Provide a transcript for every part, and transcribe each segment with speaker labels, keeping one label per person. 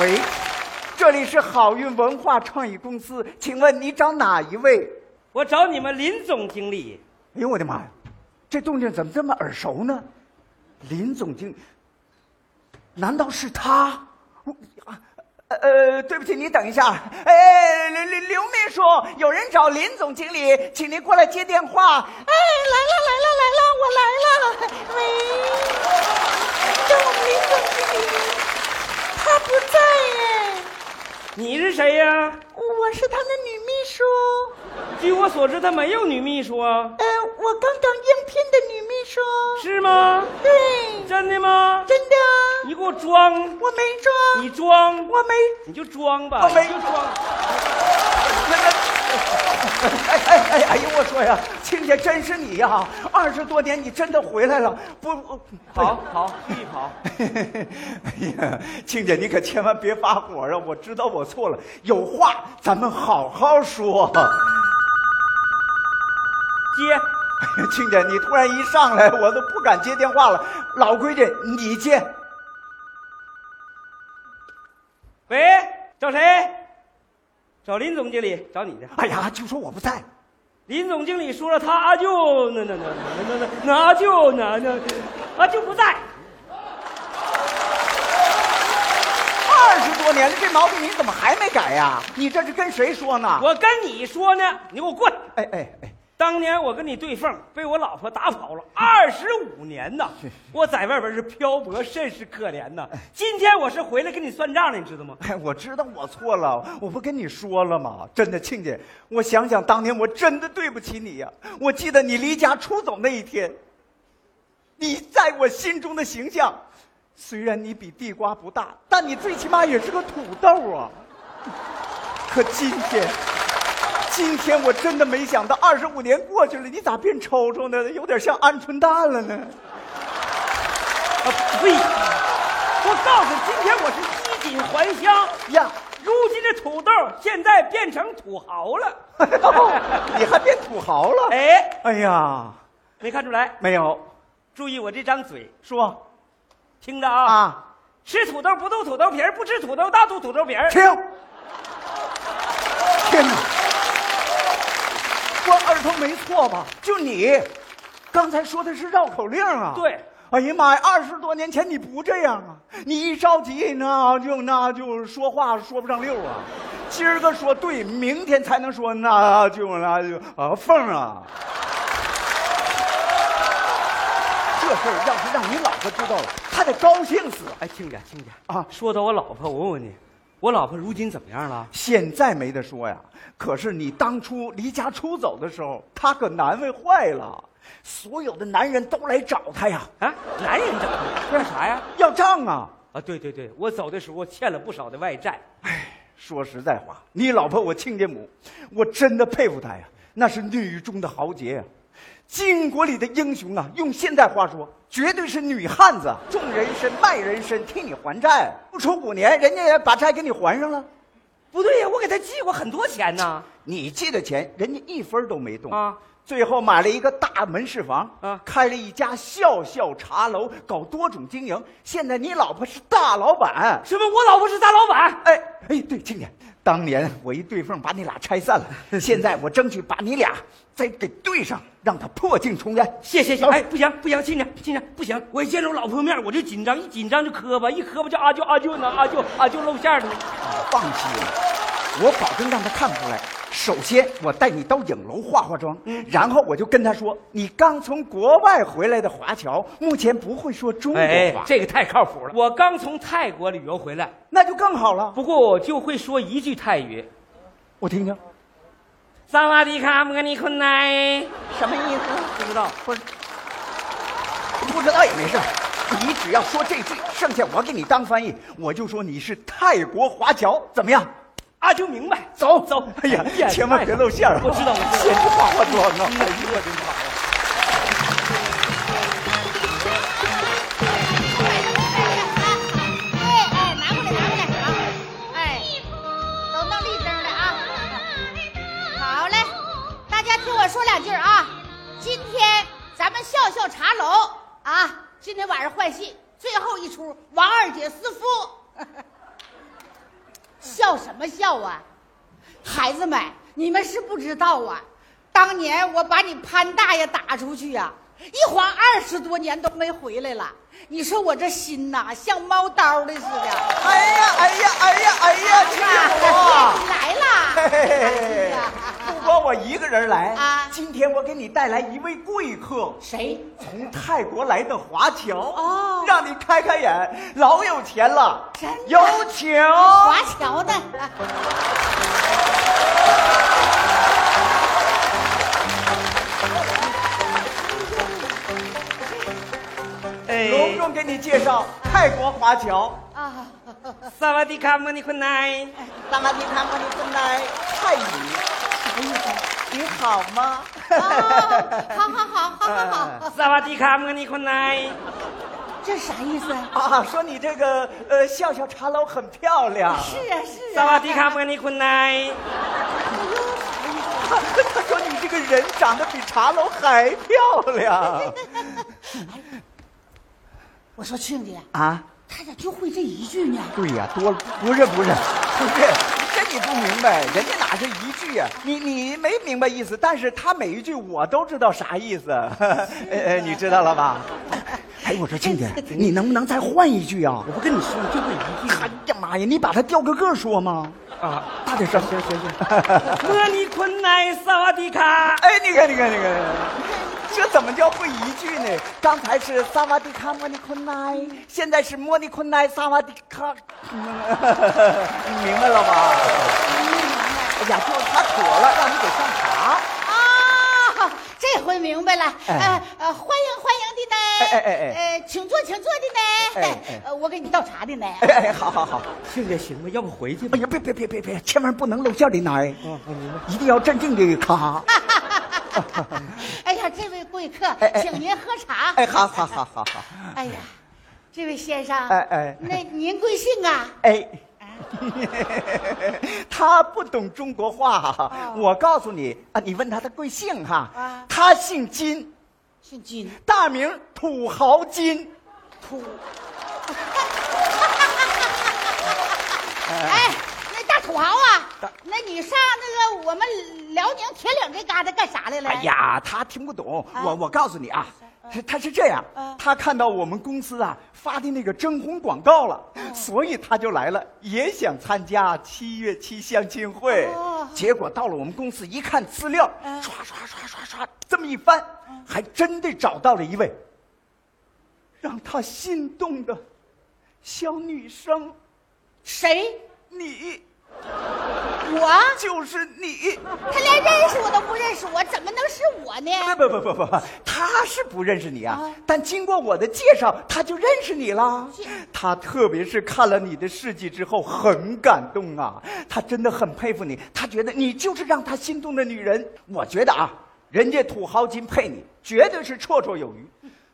Speaker 1: 喂，这里是好运文化创意公司，请问你找哪一位？
Speaker 2: 我找你们林总经理，
Speaker 1: 哎呦我的妈呀，这动静怎么这么耳熟呢？林总经，难道是他？我啊呃，对不起，你等一下。哎，刘刘刘秘书，有人找林总经理，请您过来接电话。哎，来了来了来了来了，我来了。喂，找我们林总经理，他不在哎，
Speaker 2: 你是谁呀？
Speaker 1: 我是他的女秘书。
Speaker 2: 据我所知，他没有女秘书啊，
Speaker 1: 呃，我刚刚应聘的女秘书。
Speaker 2: 是吗？
Speaker 1: 对，
Speaker 2: 真的吗？
Speaker 1: 真的，
Speaker 2: 你给我装，
Speaker 1: 我没装，
Speaker 2: 你装，
Speaker 1: 我没。
Speaker 2: 你就装吧，
Speaker 1: 我没
Speaker 2: 你就装。
Speaker 1: 哎哎哎哎呦，我说呀，亲家真是你呀！二十多年你真的回来了，不不
Speaker 2: 跑跑，故意跑。
Speaker 1: 哎呀，亲家，你可千万别发火啊！我知道我错了，有话咱们好好说。
Speaker 2: 接，
Speaker 1: 哎呀亲家，你突然一上来，我都不敢接电话了。老规矩，你接。
Speaker 2: 喂，找谁？找林总经理，找你的。
Speaker 1: 哎呀，就说我不在，
Speaker 2: 林总经理说了，他阿舅那那那那那那阿舅那那阿舅不在，
Speaker 1: 二十多年了，这毛病你怎么还没改呀、你这是跟谁说呢？
Speaker 2: 我跟你说呢，你给我过来。
Speaker 1: 哎哎哎，
Speaker 2: 当年我跟你对缝，被我老婆打跑了二十五年呐！我在外边是漂泊，甚是可怜呐。今天我是回来跟你算账的，你知道吗？
Speaker 1: 哎，我知道我错了，我不跟你说了吗？真的，亲家，我想想当年，我真的对不起你呀、我记得你离家出走那一天，你在我心中的形象，虽然你比地瓜不大，但你最起码也是个土豆啊。可今天，今天我真的没想到，二十五年过去了，你咋变抽抽呢？有点像鹌鹑蛋了呢。
Speaker 2: 啊，呸！我告诉你，今天我是衣锦还乡，
Speaker 1: 呀，
Speaker 2: 如今这土豆现在变成土豪了。
Speaker 1: 你还变土豪了？哎，
Speaker 2: 哎，
Speaker 1: 哎呀，
Speaker 2: 没看出来？
Speaker 1: 没有
Speaker 2: 注意我这张嘴，
Speaker 1: 说。
Speaker 2: 听着啊！
Speaker 1: 啊，
Speaker 2: 吃土豆不吐土豆皮儿，不吃土豆大吐土豆皮儿。
Speaker 1: 停！天哪，我儿头没错吧？就你，刚才说的是绕口令啊？
Speaker 2: 对。
Speaker 1: 哎呀妈呀！二十多年前你不这样啊！你一着急，那就那就说话说不上溜啊。今儿个说对，明天才能说那就那就啊缝啊。这事儿要是让你老婆知道了，她得高兴死。
Speaker 2: 哎，亲家，亲家
Speaker 1: 啊
Speaker 2: 说到我老婆，我问问你，我老婆如今怎么样了？
Speaker 1: 现在没得说呀，可是你当初离家出走的时候，他可难为坏了。所有的男人都来找他呀，
Speaker 2: 啊，男人怎么干啥呀？
Speaker 1: 要账啊！
Speaker 2: 啊，对对对，我走的时候欠了不少的外债。
Speaker 1: 说实在话，你老婆我亲家母，我真的佩服她呀，那是女中的豪杰呀、巾帼里的英雄啊！用现代话说，绝对是女汉子啊，种人参卖人参，替你还债。不出五年，人家也把债给你还上了。
Speaker 2: 不对呀，我给他寄过很多钱呢。
Speaker 1: 你借的钱，人家一分都没动
Speaker 2: 啊。
Speaker 1: 最后买了一个大门市房，
Speaker 2: 啊
Speaker 1: 开了一家笑笑茶楼，搞多种经营。现在你老婆是大老板，
Speaker 2: 什么？我老婆是大老板？
Speaker 1: 哎哎，对，青姐，当年我一对缝把你俩拆散了，现在我争取把你俩再给对上，让他破镜重圆。
Speaker 2: 谢谢谢谢。哎，不行不行，亲家亲家不行，我一见着我老婆面我就紧张，一紧张就磕巴，一磕巴就阿舅阿舅呢，阿舅阿舅露馅儿了。
Speaker 1: 放心，我保证让他看不出来。首先，我带你到影楼化化妆，
Speaker 2: 嗯
Speaker 1: 然后我就跟他说，你刚从国外回来的华侨，目前不会说中国话，
Speaker 2: 哎，这个太靠谱了。我刚从泰国旅游回来，
Speaker 1: 那就更好了。
Speaker 2: 不过我就会说一句泰语。
Speaker 1: 我听听，
Speaker 2: 萨瓦迪卡，莫尼坤奈，
Speaker 1: 什么意思？
Speaker 2: 不知道。
Speaker 1: 不是，不知道也没事。你只要说这句，剩下我给你当翻译，我就说你是泰国华侨，怎么样？
Speaker 2: 阿舅明白，
Speaker 1: 走
Speaker 2: 走。
Speaker 1: 哎呀，千万别露馅儿啊！
Speaker 2: 我知道，我知
Speaker 1: 先
Speaker 2: 道。
Speaker 1: 去化化妆啊！
Speaker 2: 哎呦我的妈呀！
Speaker 3: 哎哎，拿过来，拿过来啊！哎，都弄立正了啊！好嘞，大家听我说两句啊。今天咱们笑笑茶楼啊，今天晚上换戏，最后一出王二姐私夫。笑什么笑啊？孩子们，你们是不知道啊，当年我把你潘大爷打出去呀、啊一晃二十多年都没回来了。你说我这心呐、像猫刀的似的。
Speaker 1: 哎呀，哎呀，哎呀，哎呀，亲家
Speaker 3: 你来啦！哎呀
Speaker 1: 婆，不光我一个人来
Speaker 3: 啊
Speaker 1: 今天我给你带来一位贵客，
Speaker 3: 谁？
Speaker 1: 从泰国来的华侨
Speaker 3: 哦
Speaker 1: 让你开开眼，老有钱了
Speaker 3: 真的，
Speaker 1: 有请。
Speaker 3: 华侨的。
Speaker 1: 隆
Speaker 2: 哎，
Speaker 1: 重给你介绍泰国华侨，
Speaker 3: 啊，
Speaker 2: 萨瓦迪卡莫尼坤奈，
Speaker 1: 萨瓦迪卡莫尼坤来泰语，你好吗？
Speaker 3: 哦，好好好，好好好，
Speaker 2: 萨瓦迪卡莫尼坤奈。
Speaker 3: 这啥意思？啊？
Speaker 1: 啊，说你这个呃笑笑茶楼很漂 亮，
Speaker 3: 是啊是啊。哎
Speaker 2: 萨瓦迪卡莫尼坤奈，
Speaker 1: 他说你这个人长得比茶楼还漂 亮
Speaker 3: 我说亲家，
Speaker 1: 啊！
Speaker 3: 他咋就会这一句呢？
Speaker 1: 对呀、多不是不是不是，这你不明白，人家哪是一句呀、你你没明白意思，但是他每一句我都知道啥意思， 呃呃，你知道了吧？哎，我说静姐，你能不能再换一句啊？
Speaker 2: 我不跟你说，你就会一
Speaker 1: 哎呀妈呀，你把它调个个说吗？
Speaker 2: 啊。
Speaker 1: 大点声，行行 行。
Speaker 2: 莫尼坤奈，萨瓦迪卡。
Speaker 1: 哎，你看，你看，你看，这怎么叫会一句呢？刚才是萨瓦迪卡莫尼坤奈，现在是莫尼坤奈萨瓦迪卡，嗯你明白了吧？哎呀，就是他妥了，让你给上茶。
Speaker 3: 啊，这回明白了。
Speaker 1: 哎
Speaker 3: 呃呃，欢迎欢迎的呢。
Speaker 1: 哎哎哎
Speaker 3: 呃，请坐请坐的呢
Speaker 1: 哎哎。
Speaker 3: 呃，我给你倒茶的呢。
Speaker 1: 哎哎，好好好。
Speaker 2: 现在行吗？要不回去吧
Speaker 1: 哎？呀，别别别别别，千万不能露馅的奶，
Speaker 2: 嗯，我明白。
Speaker 1: 一定要镇静的
Speaker 3: 啊
Speaker 1: 咔。
Speaker 3: 哎呀，这位贵客
Speaker 1: 哎哎，
Speaker 3: 请您喝茶。
Speaker 1: 哎，好好好好好。
Speaker 3: 哎呀，这位先生，
Speaker 1: 哎哎
Speaker 3: 那您贵姓啊？
Speaker 1: 哎， 他不懂中国话哈、我告诉你啊，你问他的贵姓哈、
Speaker 3: 哦啊
Speaker 1: 他姓金，
Speaker 3: 姓金，
Speaker 1: 大名土豪金。
Speaker 3: 土。哎，那大土豪啊，那你上那个我们辽宁铁岭这旮达干啥来了？
Speaker 1: 哎，呀，他听不懂，
Speaker 3: 啊嗯
Speaker 1: 我我告诉你啊
Speaker 3: 是。
Speaker 1: 他是这样
Speaker 3: 啊，
Speaker 1: 他看到我们公司啊发的那个征婚广告了，
Speaker 3: 嗯
Speaker 1: 所以他就来了，也想参加七月七相亲会
Speaker 3: 哦。
Speaker 1: 结果到了我们公司一看资料，
Speaker 3: 啊
Speaker 1: 刷刷刷刷刷，这么一翻，
Speaker 3: 嗯
Speaker 1: 还真的找到了一位让他心动的小女生，
Speaker 3: 谁？
Speaker 1: 你
Speaker 3: 我？
Speaker 1: 就是你。
Speaker 3: 他连认识我都不认识我，怎么能是我呢？
Speaker 1: 不不不不不，他是不认识你啊，
Speaker 3: 哎啊
Speaker 1: 但经过我的介绍，他就认识你了
Speaker 3: 是。
Speaker 1: 他特别是看了你的事迹之后，很感动啊，他真的很佩服你，他觉得你就是让他心动的女人。我觉得啊，人家土豪金配你，绝对是绰绰有余。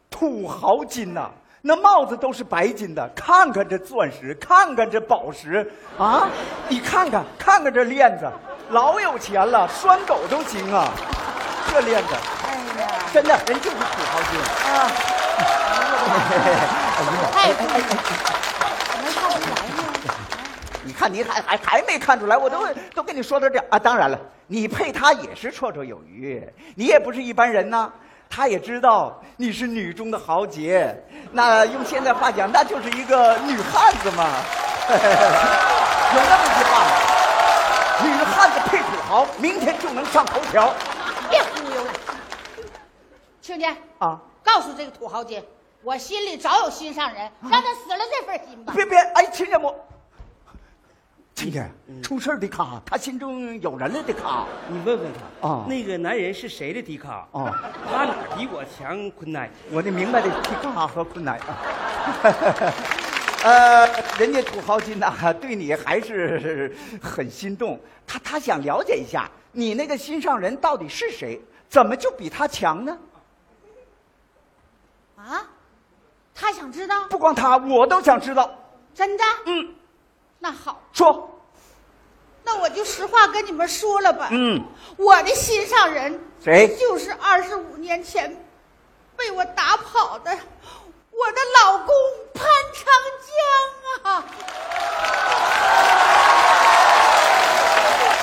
Speaker 1: 土豪金呐、那帽子都是白金的，看看这钻石，看看这宝石啊！你看看，看看这链子，老有钱了，拴狗都行啊！这链子，
Speaker 3: 哎呀，
Speaker 1: 真的，人就是土豪金。哎
Speaker 3: 太贵了，怎么看不出来呢？
Speaker 1: 你看，你还还还没看出来，我都都跟你说到这儿啊。当然了，你配他也是绰绰有余，你也不是一般人呐、他也知道你是女中的豪杰，那用现在话讲，那就是一个女汉子嘛。 有那么句话吗，女汉子配土豪，明天就能上头条
Speaker 3: 别忽悠了，青姐，
Speaker 1: 啊！
Speaker 3: 告诉这个土豪姐，我心里早有心上人，让他死了这份心吧。
Speaker 1: 别别，哎，亲家母，亲家出事儿的卡，他心中有人了的卡。
Speaker 2: 你问问他
Speaker 1: 啊
Speaker 2: 那个男人是谁的迪卡？
Speaker 1: 哦
Speaker 2: 他哪比我强？坤奈，
Speaker 1: 我得明白的提卡和困难啊。 呃，人家土豪金呐、对你还是很心动，他他想了解一下你那个心上人到底是谁，怎么就比他强呢？
Speaker 3: 啊，他想知道
Speaker 1: 不光他，我都想知道。
Speaker 3: 真的？
Speaker 1: 嗯，
Speaker 3: 那好，
Speaker 1: 说，
Speaker 3: 那我就实话跟你们说了吧。
Speaker 1: 嗯，
Speaker 3: 我的心上人
Speaker 1: 谁
Speaker 3: 就是二十五年前被我打跑的我的老公潘长江啊！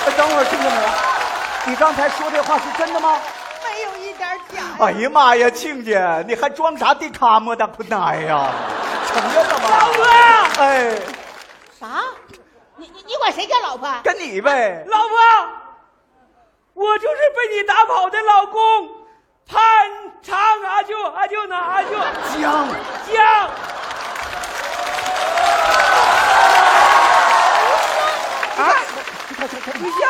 Speaker 1: 哎等会儿，庆庆姐，你刚才说这话是真的吗？
Speaker 3: 没有一点假。
Speaker 1: 哎呀妈呀，庆姐，你还装啥地卡么的不奶呀？承认了吧？
Speaker 2: 老婆，
Speaker 1: 哎，
Speaker 3: 啥？你你你管谁叫老婆？
Speaker 1: 跟你呗。
Speaker 2: 老婆，我就是被你打跑的老公，潘长阿舅阿舅呢阿舅
Speaker 1: 江，
Speaker 2: 江。啊！不像，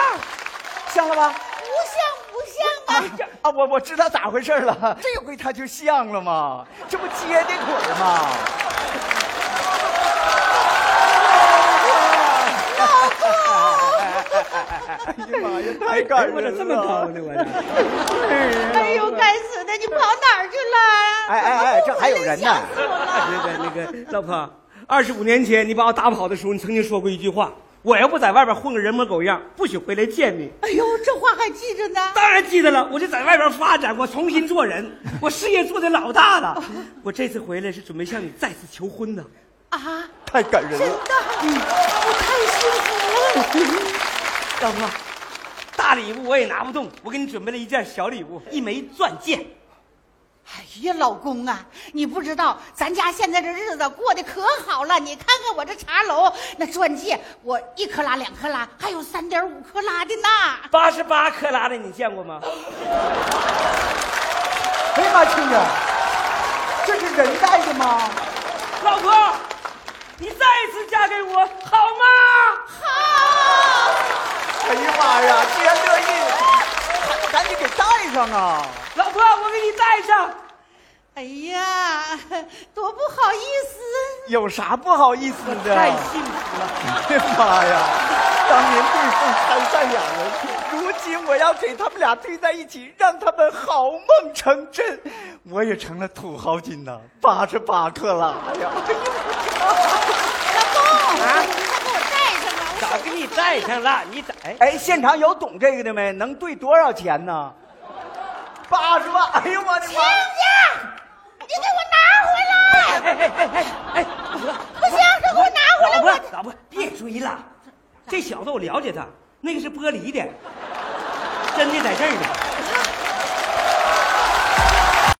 Speaker 1: 像了吧？
Speaker 3: 不像
Speaker 2: 哎
Speaker 3: 不像啊！
Speaker 1: 啊，我我知道咋回事了，这回他就像了嘛，这不接的腿儿吗？哎呀妈呀，太感
Speaker 2: 哎我
Speaker 1: 人
Speaker 2: 咋
Speaker 1: 了！
Speaker 2: 这么高呢？我这。
Speaker 3: 哎呦，该死的，你跑哪儿去了？
Speaker 1: 哎哎哎这还有人呢
Speaker 3: 吓死我了！
Speaker 2: 那个那个老婆，二十五年前你把我打跑的时候，你曾经说过一句话：我要不在外边混个人模狗样，不许回来见你。
Speaker 3: 哎呦，这话还记着呢。
Speaker 2: 当然记得了，我就在外边发展，我重新做人，我事业做的老大了。我这次回来是准备向你再次求婚的。
Speaker 3: 啊，
Speaker 1: 太感人
Speaker 3: 真
Speaker 1: 了！
Speaker 3: 的，我太幸福了。
Speaker 2: 老婆，大礼物我也拿不动，我给你准备了一件小礼物，一枚钻戒。
Speaker 3: 哎呀，老公啊，你不知道咱家现在这日子过得可好了。你看看我这茶楼那钻戒，我一克拉、两克拉，还有三点五克拉的呢。
Speaker 2: 八十八克拉的你见过吗？
Speaker 1: 哎呀妈，亲家，这是人戴的吗？
Speaker 2: 老婆，你再一次嫁给我好吗？
Speaker 3: 好，
Speaker 1: 哎呀妈呀，既然乐意，赶紧给戴上啊！
Speaker 2: 老婆，我给你戴上。
Speaker 3: 哎呀，多不好意思。
Speaker 1: 有啥不好意思的？
Speaker 2: 太幸福了。
Speaker 1: 哎呀妈呀！当年对凤钗三两人，如今我要给他们俩对在一起，让他们好梦成真。我也成了土豪金呐，八十八克拉呀！
Speaker 3: 老公，
Speaker 2: 啊
Speaker 3: 他给我戴上了，我
Speaker 2: 早给你带上了，你咋？哎，
Speaker 1: 哎，现场有懂这个的没？能兑多少钱呢？八十万！哎呦我的
Speaker 3: 亲家，你给我拿回来！
Speaker 2: 哎哎哎哎，
Speaker 3: 不行，这给我拿回
Speaker 2: 老
Speaker 3: 来！我
Speaker 2: 婆老婆，别追了，这小子我了解他，那个是玻璃的，真的在这儿呢。